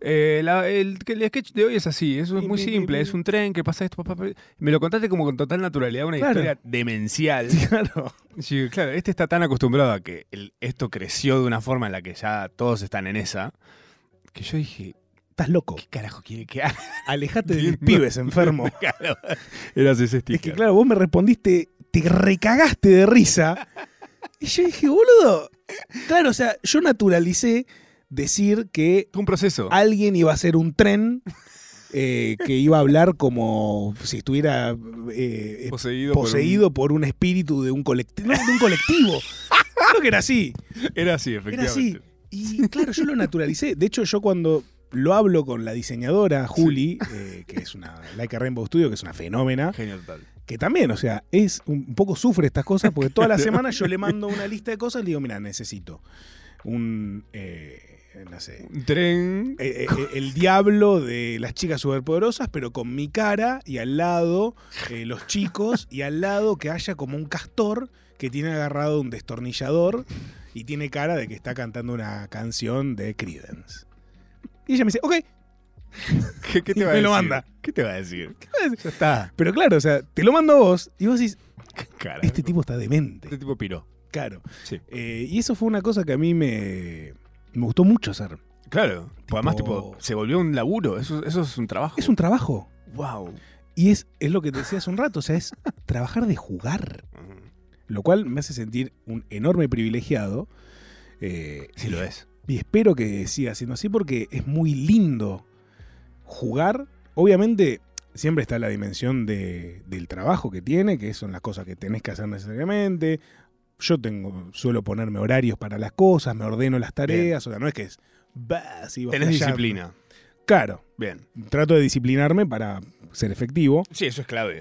eh, la- el, que el sketch de hoy es así, es muy simple, es un tren que pasa esto. pa, pa, pa". Me lo contaste como con total naturalidad, una Claro. historia demencial. Claro. Y yo, claro, este está tan acostumbrado a que el- esto creció de una forma en la que ya todos están en esa, que yo dije, Estás loco. ¿qué carajo quiere que haga? Alejate de mis Entiendo. pibes, enfermo. Claro. Eras ese Es que sticker. claro, vos me respondiste, te recagaste de risa. Y yo dije, boludo. Claro, o sea, yo naturalicé decir que Es un proceso. alguien iba a hacer un tren eh, que iba a hablar como si estuviera eh, Poseído, por un- poseído por un espíritu de un colectivo. de un colectivo. Creo que era así. Era así, Era efectivamente. así. Y claro, yo lo naturalicé. De hecho, yo cuando lo hablo con la diseñadora Juli, eh, que es una Like a Rainbow Studio, que es una fenómena, Genio total. que también, o sea, es un poco sufre estas cosas, porque toda la semana yo le mando una lista de cosas y le digo, mira, necesito un, eh, no sé, Un tren. eh, eh, el diablo de las chicas superpoderosas, pero con mi cara y al lado eh, los chicos y al lado que haya como un castor que tiene agarrado un destornillador y tiene cara de que está cantando una canción de Creedence. Y ella me dice, ok, ¿Qué, qué te va a Me decir? lo manda. ¿Qué te va a decir? va a decir? Ya está. pero claro, o sea, te lo mando a vos y vos decís, Carajo. este tipo está demente. Este tipo piró. Claro. Sí. Eh, y eso fue una cosa que a mí me, me gustó mucho hacer. Claro. Pues además, Tipo- tipo, se volvió un laburo. Eso, eso es un trabajo. Es un trabajo. wow. Y es, es lo que te decía hace un rato, o sea, es trabajar de jugar. lo cual me hace sentir un enorme privilegiado. eh, Sí lo es. y espero que siga siendo así porque es muy lindo jugar. Obviamente, siempre está la dimensión de- del trabajo que tiene, que son las cosas que tenés que hacer necesariamente. Yo tengo, suelo ponerme horarios para las cosas, me ordeno las tareas, o sea, no es que es. "Bah, si vas Tenés flasheando". disciplina. Claro, Bien. trato de disciplinarme para ser efectivo. Sí, eso es clave.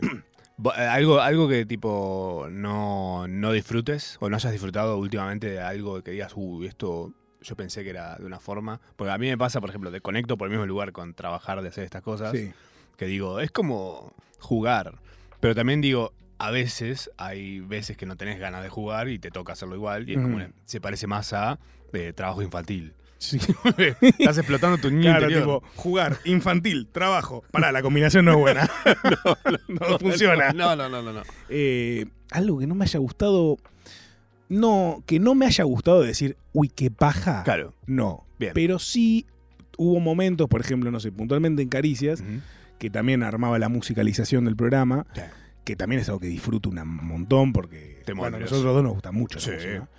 Bo- eh, algo, algo que tipo no, no disfrutes o no hayas disfrutado últimamente de algo que digas, uy, esto yo pensé que era de una forma. Porque a mí me pasa, por ejemplo, te conecto por el mismo lugar con trabajar de hacer estas cosas. Sí. Que digo, es como jugar. Pero también digo, a veces hay veces que no tenés ganas de jugar y te toca hacerlo igual. Y es como Ujú. una- se parece más a eh, trabajo infantil. Sí. Estás explotando tu niño Claro, interior. tipo, jugar, infantil, trabajo. Pará, la combinación no es buena. no, funciona. No, no, no, no. no. Eh, algo que no me haya gustado. No, que no me haya gustado decir, uy, qué paja. Claro. No. Bien. Pero sí hubo momentos, por ejemplo, no sé, puntualmente en Caricias, Ujú. que también armaba la musicalización del programa, Sí. que también es algo que disfruto un montón porque Te bueno, a mueres. nosotros dos nos gusta mucho. la Sí. música.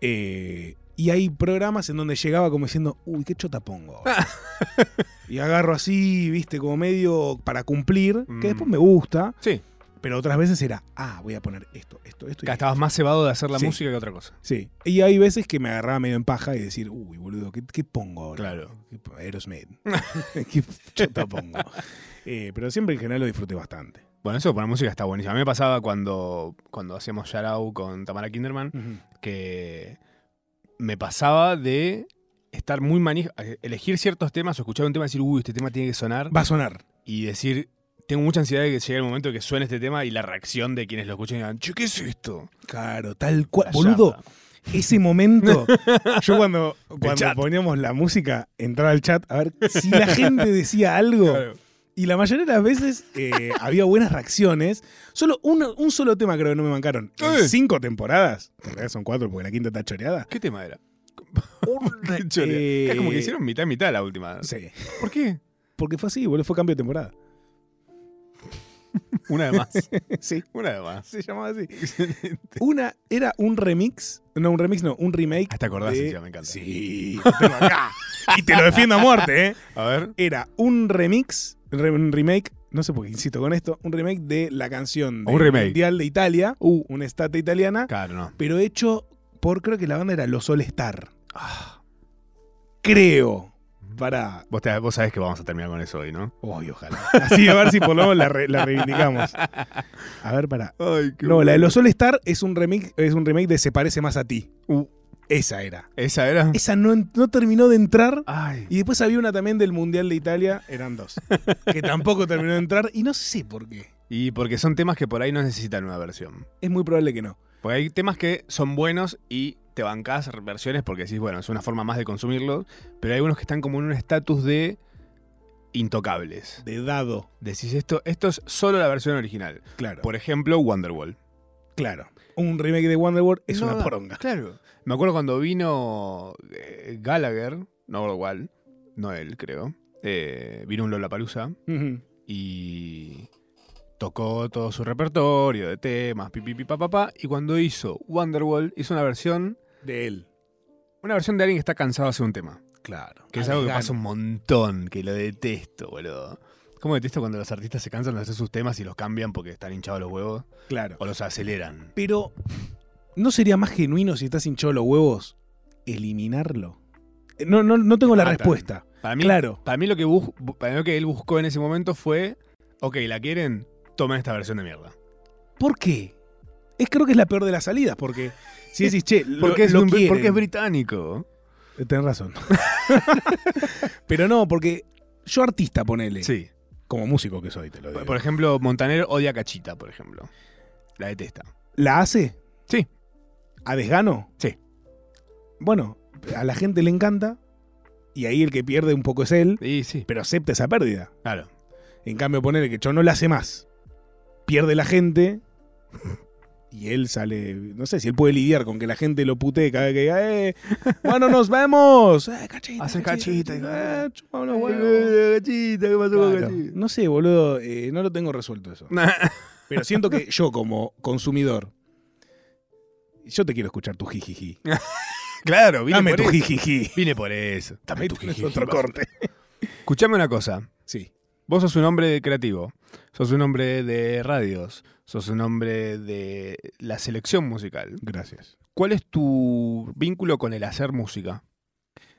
Eh, y hay programas en donde llegaba como diciendo, uy, qué chota pongo. Ah. ahora". y agarro así, viste, como medio para cumplir, Mm. que después me gusta, Sí. pero otras veces era, ah, voy a poner esto, esto, esto. y Acá esto". estabas más cebado de hacer la Sí. música que otra cosa. Sí. Y hay veces que me agarraba medio en paja y decir, uy, boludo, ¿qué, qué pongo ahora? Claro. ¿Qué po- Aerosmith. ¿Qué chota pongo? Eh, pero siempre en general lo disfruté bastante. Bueno, eso para música está buenísimo. A mí me pasaba cuando, cuando hacíamos Yarao con Tamara Kinderman, que me pasaba de estar muy manija, eh, elegir ciertos temas o escuchar un tema y decir, uy, este tema tiene que sonar, Va a sonar. y decir, tengo mucha ansiedad de que llegue el momento de que suene este tema y la reacción de quienes lo escuchan digan, che, ¿qué es esto? Claro, tal cual. La Boludo, llama. ese momento. Yo cuando, chat. cuando poníamos la música, entraba al chat a ver si la gente decía algo. Claro. Y la mayoría de las veces eh, había buenas reacciones. Solo uno- un solo tema creo que no me mancaron. En Eh. cinco temporadas. En realidad son cuatro porque la quinta está choreada. ¿Qué tema era? Qué chorea. eh, Es como que hicieron mitad y mitad la última. Sí. ¿Por qué? Porque fue así, boludo. Fue cambio de temporada. Una de más. sí. Una de más. Se llamaba así. Una era un remix. No, un remix, no, un remake. Hasta acordás, de- encima, me encanta. Sí, lo tengo acá. y te lo defiendo a muerte, ¿eh? A ver. Era un remix, re- un remake, no sé por qué insisto con esto, un remake de la canción del Un remake. Mundial de Italia, una estate italiana, Claro, no. pero hecho por, creo que la banda era Los All Star. Ah. Creo. Para. Vos, te- vos sabés que vamos a terminar con eso hoy, ¿no? Ay, ojalá. Así, a ver si por lo menos la, re- la reivindicamos. A ver, para. Ay, No, la de los All Star es un remake, es un remake de Se parece más a ti. Uh. Esa era. ¿Esa era? Esa no, en- no terminó de entrar. Ay. Y después había una también del Mundial de Italia, eran dos. Que tampoco terminó de entrar y no sé por qué. Y porque son temas que por ahí no necesitan una versión. Es muy probable que no. Porque hay temas que son buenos y te bancás versiones porque decís, bueno, es una forma más de consumirlos. Pero hay unos que están como en un estatus de intocables. De dado, Decís esto, esto es solo la versión original. claro. Por ejemplo, Wonderwall. Claro. Un remake de Wonderworld es No, una no, poronga. Claro. Me acuerdo cuando vino eh, Gallagher, no igual, no él, creo. eh, vino un Lollapalooza. Ujú. y tocó todo su repertorio de temas, pipipi, papá, y cuando hizo Wonderwall, hizo una versión, De él. una versión de alguien que está cansado de hacer un tema, Claro. que es algo que pasa un montón, que lo detesto, boludo. ¿Cómo detesto cuando los artistas se cansan de hacer sus temas y los cambian porque están hinchados los huevos Claro. o los aceleran? Pero, ¿no sería más genuino si estás hinchado los huevos eliminarlo? Eh, No, no, no tengo la matan. respuesta. Para mí, Claro. para mí lo que bus- para mí lo que él buscó en ese momento fue, ok, la quieren, tomen esta versión de mierda. ¿Por qué? Es creo que es la peor de las salidas, porque si decís, che, lo, Porque es, lo un- quieren. porque es británico. Eh, Tenés razón. Pero no, porque yo artista, ponele. Sí. Como músico que soy, te lo digo. Por ejemplo, Montaner odia a Cachita, por ejemplo. La detesta. ¿La hace? Sí. ¿A desgano? Sí. Bueno, a la gente le encanta y ahí el que pierde un poco es él, Sí, sí. pero acepta esa pérdida. Claro. En cambio, ponele que yo no la hace más. Pierde la gente y él sale. No sé si él puede lidiar con que la gente lo putee cada vez que diga, ¡eh! ¡Bueno, nos vemos! ¡Eh, cachita! Hace cachita, hijo de- ¡Eh, chupame los huevos! Cachita, ¿qué pasó Claro. No sé, boludo, eh, no lo tengo resuelto eso. Pero siento que yo, como consumidor, yo te quiero escuchar tu jijiji. claro, vine Dame por tu eso. jijiji. Vine por eso. Dame Ahí tu tenés jijiji. Otro corte. Escuchame una cosa. Sí. Vos sos un hombre creativo, sos un hombre de radios, sos un hombre de la selección musical. Gracias. ¿Cuál es tu vínculo con el hacer música?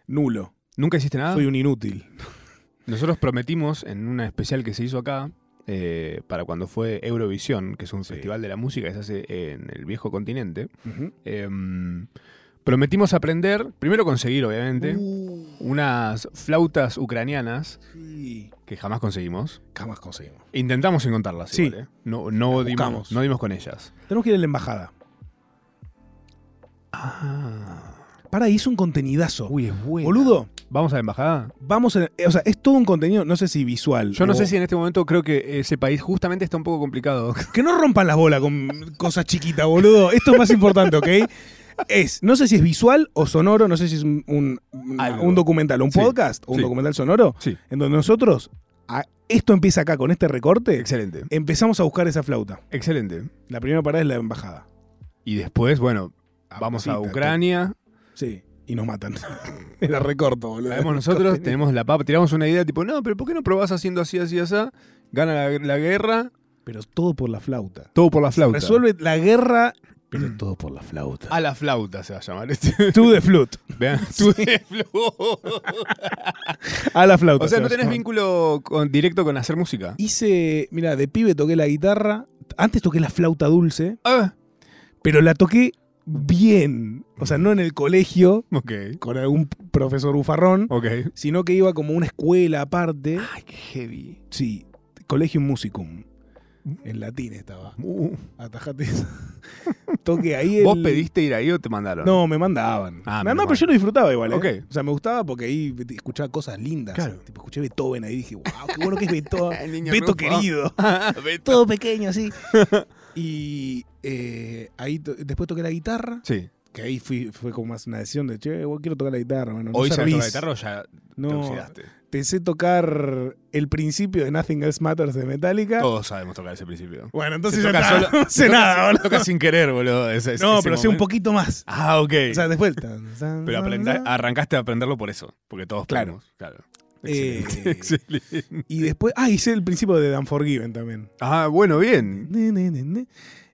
Nulo. ¿Nunca hiciste nada? Soy un inútil. Nosotros prometimos en una especial que se hizo acá, eh, para cuando fue Eurovisión, que es un Sí. festival de la música que se hace en el viejo continente, em, prometimos aprender, primero conseguir obviamente, Uh, unas flautas ucranianas sí. que jamás conseguimos. Jamás conseguimos. Intentamos encontrarlas, Sí. igual, ¿eh? No, no, Las dimos, buscamos. no dimos con ellas. Tenemos que ir a la embajada. Ah. Para, hizo un contenidazo. Uy, es bueno. Boludo, ¿Vamos a la embajada? vamos a. O sea, es todo un contenido, no sé si visual. Yo no o- sé si en este momento creo que ese país justamente está un poco complicado. Que no rompan las bolas con cosas chiquitas, boludo. Esto es más importante, ¿ok? Es, no sé si es visual o sonoro, no sé si es un, un, Algo. un documental, un Sí, podcast o un sí. documental sonoro, Sí. en donde nosotros, a- esto empieza acá con este recorte, Excelente. empezamos a buscar esa flauta. Excelente. La primera parada es la embajada. Y después, bueno, vamos a Cita, Ucrania. te- Sí, y nos matan. Era recorto, boludo. Sabemos nosotros, Contenido. tenemos la papa, tiramos una idea tipo, no, pero ¿por qué no probás haciendo así, así, así? Gana la, la guerra. Pero todo por la flauta. Todo por la flauta. Resuelve la guerra, pero todo por la flauta. A la flauta se va a llamar este. To the flute. Vean, tú de flor. A la flauta. O sea, se no va a tenés llamar. vínculo con- directo con hacer música. Hice, mira, de pibe toqué la guitarra. Antes toqué la flauta dulce, Ah, pero la toqué bien. O sea, no en el colegio ok, con algún profesor bufarrón, ok. sino que iba como a una escuela aparte. Ay, qué heavy. Sí, Collegium Musicum. En latín estaba. Uh, Atajate eso. Toqué ahí el... ¿Vos pediste ir ahí o te mandaron? No, me mandaban. Ah, me menos mandaban, mal. pero yo lo disfrutaba igual. ¿eh? Ok. O sea, me gustaba porque ahí escuchaba cosas lindas. Claro. Tipo, escuché Beethoven ahí y dije, wow, qué bueno que es Beethoven. El niño Beto Rufo. querido. Beto. todo pequeño así. y eh, ahí to- después toqué la guitarra, Sí. que ahí fui, fue como más una decisión de, che, vos quiero tocar la guitarra, bueno, no Hoy se servís. la guitarra o ya te No, oxidaste. pensé tocar el principio de Nothing Else Matters de Metallica. Todos sabemos tocar ese principio. Bueno, entonces Se ya toca está, solo- no sé se toca- nada, se boludo. toca sin querer, boludo. ese- No, ese pero sé un momento. poquito más. Ah, ok. O sea, después. tan, tan, pero tan, aprenda- tan. arrancaste a aprenderlo por eso. Porque todos Claro. podemos, Claro. Eh, Excelente, excelente. Y después, ah, hice el principio de Dan Forgiven también. Ah, bueno, bien. Ne, ne, ne, ne.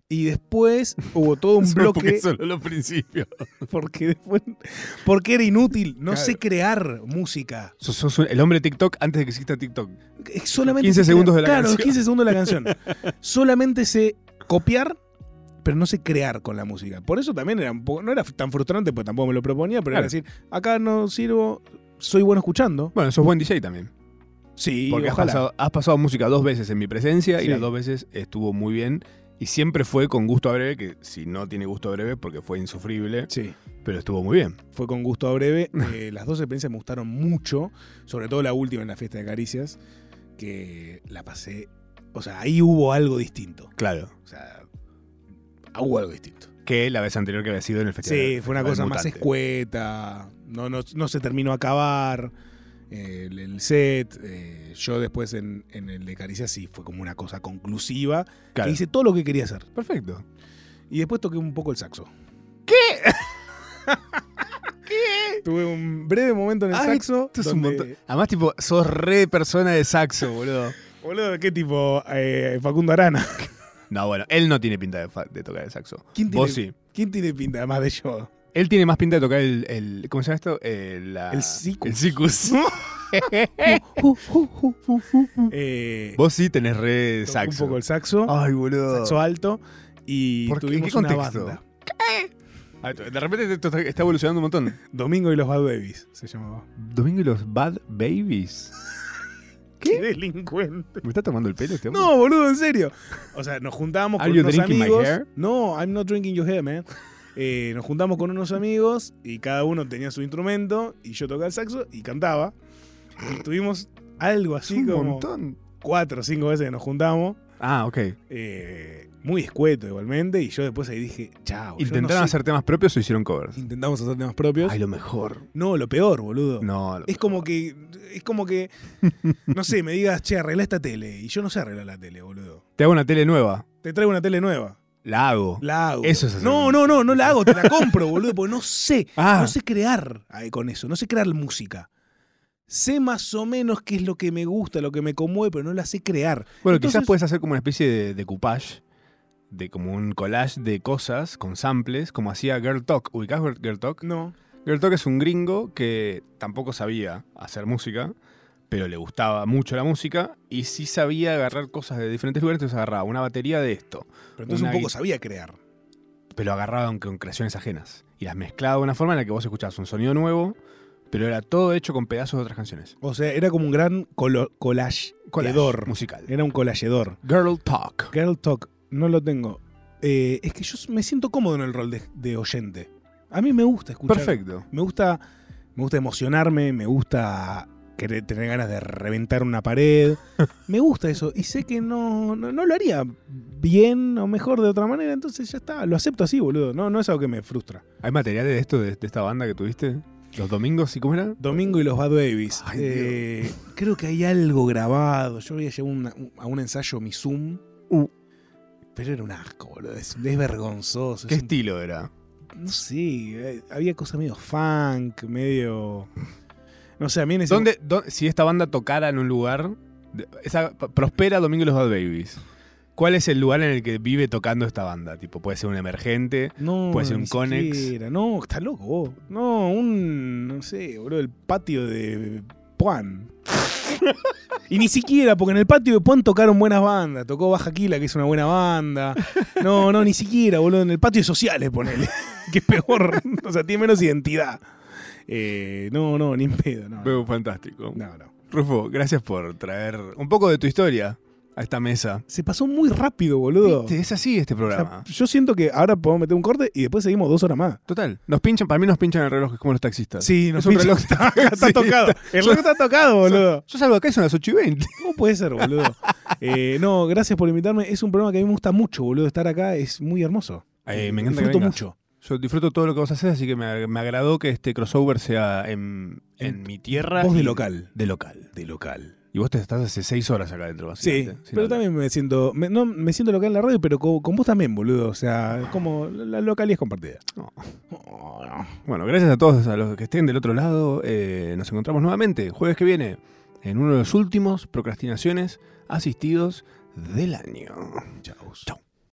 Y después hubo todo un Solo porque bloque. Solo los principios. Porque después. Porque era inútil. No Claro. sé crear música. Sos, sos un- el hombre TikTok antes de que exista TikTok. Es eh, Solamente 15 sé segundos de crear- la claro, canción. 15 segundos de la canción. Solamente sé copiar, pero no sé crear con la música. Por eso también era un poco- no era tan frustrante, pues tampoco me lo proponía, pero Claro. era decir, acá no sirvo, soy bueno escuchando. Bueno, sos buen DJ también. Sí, Porque has ojalá. pasado, has pasado música dos veces en mi presencia y Sí. las dos veces estuvo muy bien. Y siempre fue con gusto a breve, que si no tiene gusto a breve, porque fue insufrible, Sí, pero estuvo muy bien. fue con gusto a breve. Eh, las dos experiencias me gustaron mucho, sobre todo la última en la fiesta de caricias, que la pasé. O sea, ahí hubo algo distinto. Claro. O sea, hubo algo distinto. Que la vez anterior que había sido en el festival. Sí, fue una Festival cosa más Mutante. escueta, no, no, no se terminó a acabar eh, el, el set. eh, yo después en, en el de Caricia sí fue como una cosa conclusiva. Claro. Que hice todo lo que quería hacer. Perfecto. Y después toqué un poco el saxo. ¿Qué? ¿Qué? Tuve un breve momento en el Ay, saxo. Esto Ah, es donde- un montón. Además, tipo, sos re persona de saxo, boludo. Boludo, ¿qué tipo? Eh, Facundo Arana. No, bueno, él no tiene pinta de, fa- de tocar el saxo. ¿Quién tiene, Vos sí. ¿Quién tiene pinta más de yo? Él tiene más pinta de tocar el. el- ¿Cómo se llama esto? El, la- El sikus. El sikus. Eh, Vos sí tenés re toqué saxo. Un poco el saxo. Ay, boludo. saxo alto y ¿Por qué? ¿En tuvimos qué una contexto? banda. Ah, De repente esto está, está evolucionando un montón. Domingo y los Bad Babies se llamaba. Domingo y los Bad Babies. ¿Qué? delincuente. ¿Me está tomando el pelo este hombre? No, boludo, en serio. O sea, nos juntábamos Are con you unos drinking my amigos. hair? No, I'm not drinking your hair, man. Eh, nos juntamos con unos amigos y cada uno tenía su instrumento y yo tocaba el saxo y cantaba. Y tuvimos algo Es así un como montón. cuatro o cinco veces que nos juntamos. Ah, ok. eh, muy escueto igualmente. Y yo después ahí dije, chao. yo ¿Intentaron no sé". hacer temas propios o hicieron covers? Intentamos hacer temas propios. Ay, lo mejor. No, lo peor, boludo. No, lo- Es como que. Es como que. No sé, me digas, che, arregla esta tele. Y yo no sé arreglar la tele, boludo. te hago una tele nueva. Te traigo una tele nueva. La hago. La hago. Eso es hacer No, un- no, no, no la hago, te la compro, boludo, porque no sé. Ah, No sé crear eh, con eso. No sé crear música. sé más o menos qué es lo que me gusta, lo que me conmueve, pero no la sé crear. Bueno, Entonces- quizás puedes hacer como una especie de, de coupage, de como un collage de cosas con samples, como hacía Girl Talk. ¿Ubicás Girl- Girl Talk? No. Girl Talk es un gringo que tampoco sabía hacer música, pero le gustaba mucho la música y sí sabía agarrar cosas de diferentes lugares, entonces agarraba una batería de esto, Pero entonces Una un poco gui- sabía crear. pero agarraban con creaciones ajenas y las mezclaba de una forma en la que vos escuchabas un sonido nuevo, pero era todo hecho con pedazos de otras canciones. O sea, era como un gran colo- Collage collageador. musical. Era un collageador. Girl Talk. Girl Talk, no lo tengo. Eh, es que yo me siento cómodo en el rol de, de oyente. A mí me gusta escuchar. Perfecto. Me gusta, me gusta emocionarme, me gusta querer- tener ganas de reventar una pared. Me gusta eso. Y sé que no, no, no lo haría bien o mejor de otra manera. Entonces ya está. Lo acepto así, boludo. No, no es algo que me frustra. ¿Hay materiales de esto, de, de esta banda que tuviste? ¿Los domingos y cómo era? Domingo y los Bad Babies. Ay, Eh, creo que hay algo grabado. Yo había llevado una- un- a un ensayo mi Zoom. Uh. Pero era un asco, boludo. Es, es vergonzoso. ¿Qué es un- estilo era? no sé. eh, Había cosas medio funk, medio. No sé, a mí en ese ¿Dónde, dó- si esta banda tocara en un lugar, de- esa, p- prospera Domingo y los Bad Babies, ¿cuál es el lugar en el que vive tocando esta banda? Tipo, puede ser un emergente, No, Puede ser Pues un ni Conex. siquiera. No, está loco vos. No, un. No sé, boludo, el patio de Puan. y ni siquiera, porque en el patio de Puan tocaron buenas bandas. Tocó Baja Quila, que es una buena banda. No, no, ni siquiera, boludo. En el patio de sociales, ponele. que es peor. o sea, tiene menos identidad. Eh, no, no, ni en pedo. No, no. veo fantástico. no, no. Rufo, gracias por traer un poco de tu historia a esta mesa. Se pasó muy rápido, boludo. Viste, Es así este O sea, programa. yo siento que ahora podemos meter un corte y después seguimos dos horas más. Total, nos pinchan, para mí nos pinchan el reloj, es como los taxistas. Sí, es un reloj. está, está Sí, tocado. está- El reloj está tocado, boludo. Yo salgo acá y son las 8 y 20. ¿Cómo puede ser, boludo? Eh, no, gracias por invitarme. Es un programa que a mí me gusta mucho, boludo. Estar acá es muy hermoso. Eh, me encanta que Disfruto vengas. mucho. Yo disfruto todo lo que vos haces, así que me, me agradó que este crossover sea en, en En mi tierra. Voz de y- local. De local. De local. Y vos te estás hace seis horas acá adentro, Sí, básicamente. sin pero hablar. también me siento, me, no, me siento local en la radio, pero co- con, vos también, boludo. O sea, como la la localidad es compartida. No. Oh, no. Bueno, gracias a todos a los que estén del otro lado. Eh, nos encontramos nuevamente jueves que viene en uno de los últimos procrastinaciones asistidos del año. Chao. Chao.